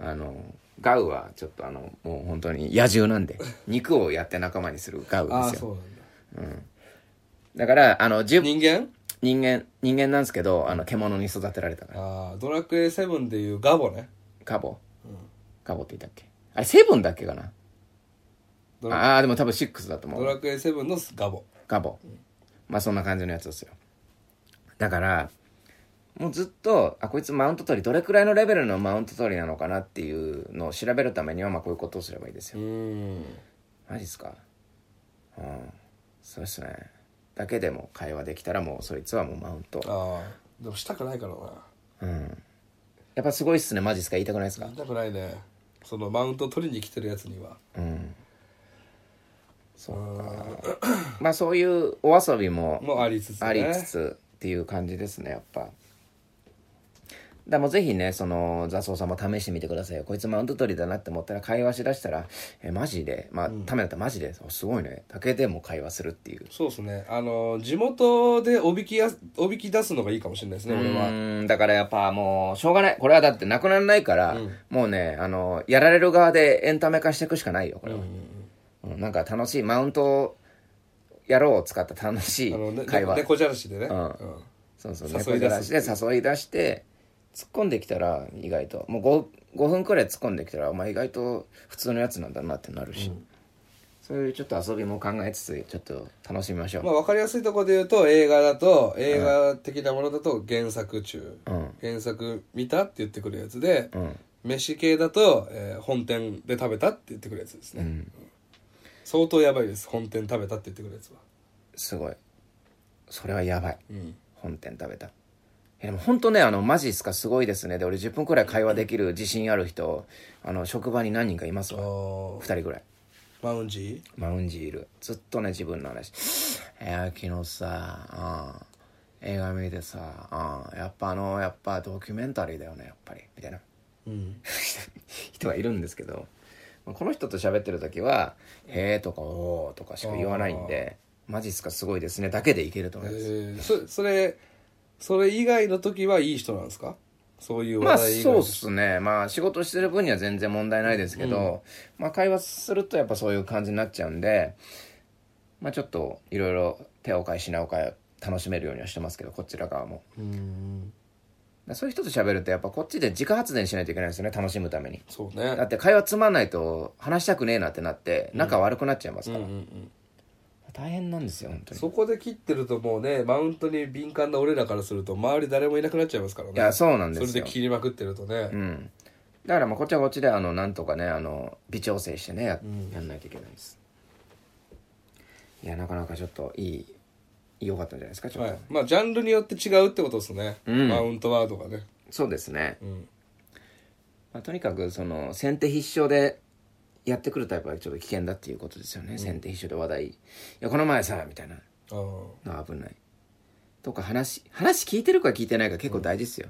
S1: あのガウはちょっとあのもう本当に野獣なんで肉をやって仲間にするガウ
S2: ああ
S1: です
S2: そ
S1: よ
S2: うなんだ
S1: だからあの自分
S2: 人間
S1: 人間人間なんですけどあの獣に育てられたから
S2: ああドラクエ7でいうガボね
S1: カボ、カボって言ったっけあれセブンだっけかな
S2: ドラ
S1: ああーでも多分6だと思
S2: ド
S1: う
S2: ラクエ7のガボ
S1: ガボ、まあそんな感じのやつですよだからもうずっとあこいつマウント取りどれくらいのレベルのマウント取りなのかなっていうのを調べるためにはまあこういうことをすればいいですよ
S2: うん
S1: マジっすかうん。そうですねだけでも会話できたらもうそいつはもうマウント
S2: ああでもしたくないからな
S1: うんやっぱすごいっすねマジっすか言いたくないっすか
S2: したくないねそのマウント取りに来てるやつには
S1: うんそうかまあそういうお遊びも
S2: もうありつつ、ね、
S1: ありつつっていう感じですねやっぱだもうぜひねその座奏さんも試してみてくださいよこいつマウント取りだなって思ったら会話しだしたら「えマジでまあためだったらマジで、おすごいね」だけでも会話するっていう
S2: そうですねあの地元でおびきやすおびき出すのがいいかもしれないですね
S1: う
S2: 俺は
S1: ーんだからやっぱもうしょうがないこれはだってなくならないから、もうねあのやられる側でエンタメ化していくしかないよこれは、うんなんか楽しいマウントやろうを使った楽し
S2: あのね
S1: い会
S2: ね
S1: 話
S2: 猫じゃらしでね、
S1: ん
S2: うん
S1: そうそう
S2: 誘い出す
S1: 猫じゃらしで誘い出して突っ込んできたら意外ともう 5, 5分くらい突っ込んできたらお前意外と普通のやつなんだなってなるし、そういうちょっと遊びも考えつつちょっと楽しみましょう、
S2: まあ、分かりやすいところで言うと映画だと映画的なものだと原作中、
S1: ん
S2: 原作見たって言ってくるやつで、
S1: ん
S2: 飯系だと、えー本店で食べたって言ってくるやつですね、相当やばいです本店食べたって言ってくるやつは
S1: すごいそれはやばい、
S2: ん
S1: 本店食べたえでも本当ねあのマジっすかすごいですねで俺10分くらい会話できる自信ある人あの職場に何人かいますわ2人くらい
S2: マウンジ
S1: マウンジいるずっとね自分の話「いや昨日さ、うん、映画見てさ、うん、やっぱあのやっぱドキュメンタリーだよねやっぱり」みたいな
S2: うん
S1: 人がいるんですけどまあこの人と喋ってる時は「へえ」とか「おお」とかしか言わないんで「マジっすかすごいですね」だけでいけると思い
S2: え
S1: ます、
S2: ーそそれそれ以外の時はいい人なんですかそういう
S1: まあ
S2: 話題以外
S1: そうっすねまあ仕事してる分には全然問題ないですけど、まあ会話するとやっぱそういう感じになっちゃうんでまあちょっといろいろ手を変え品を変え楽しめるようにはしてますけどこちら側も
S2: うん
S1: だそういう人と喋るとやっぱこっちで自家発電しないといけないですよね楽しむために
S2: そう
S1: だ
S2: ね
S1: って会話つまんないと話したくねえなってなって仲悪くなっちゃいます
S2: うん
S1: か
S2: う
S1: ら、
S2: んうん
S1: 大変なんですよ本当に
S2: そこで切ってるともうねマウントに敏感な俺らからすると周り誰もいなくなっちゃいますからね
S1: いやそうなんですよ
S2: それで切りまくってるとね、
S1: うんだからまあこっちはこっちであのなんとかねあの微調整してねや,、やんないといけないですいやなかなかちょっといい良かったんじゃないですかちょっ
S2: は
S1: と、
S2: い、まあジャンルによって違うってことですね、
S1: うん
S2: マウントワードがね、
S1: そうですね、
S2: うん、
S1: まあ、とにかくその先手必勝でやってくるタイプはちょっと危険だっていうことですよね、先手必勝で話題「いやこの前さ」みたいな
S2: あー
S1: のは危ないとか話話聞いてるか聞いてないか結構大事ですよ、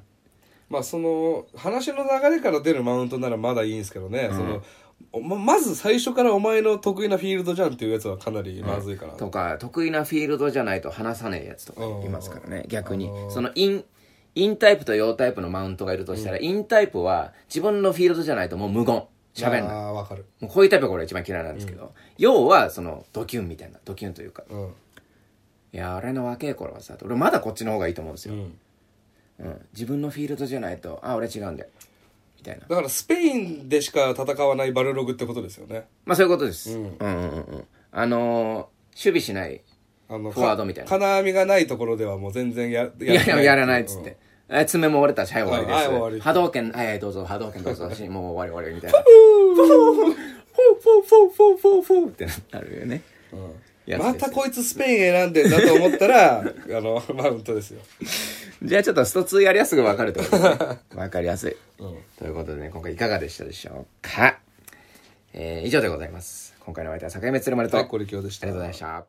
S2: まあその話の流れから出るマウントならまだいいんですけどね、そのおままず最初からお前の得意なフィールドじゃんっていうやつはかなりまずいから、
S1: とか得意なフィールドじゃないと話さねえやつとかいますからね逆にそのインインタイプと陽タイプのマウントがいるとしたら、インタイプは自分のフィールドじゃないともう無言喋んない
S2: ああわかる
S1: もうこういうタイプが俺一番嫌いなんですけど、要はそのドキュンみたいなドキュンというか
S2: うん
S1: いや俺の若い頃はさ俺まだこっちの方がいいと思うんです
S2: う
S1: よ、
S2: ん
S1: うん自分のフィールドじゃないとあ俺違うんだよみたいな
S2: だからスペインでしか戦わないバルログってことですよね
S1: まあそういうことです、うん、うんうんうんあのー守備しない
S2: あの
S1: フォワードみたいな
S2: か金網がないところではもう全然や
S1: いやいや、やらないっつっ
S2: うん
S1: て。え、爪も折れたし、はい、終わりです。
S2: はい終わり
S1: 波動拳、はい、はい、どうぞ、波動拳どうぞ、しもう終わり終わり、みたいな。フォーフォーフォーフォーフォーフォーフォーってなるよね。やつ
S2: ま
S1: です
S2: たこいつスペイン選んでんだと思ったら あのマウントですよ
S1: じゃあちょっとスト2やりやすく分かるってことですね。分かりやすい。ということでね、今回いかがでしたでしょうか。えー、以上でございます。今回のお相手は、坂井光丸と、あ
S2: はい
S1: りがと
S2: これ今日でした
S1: うございました。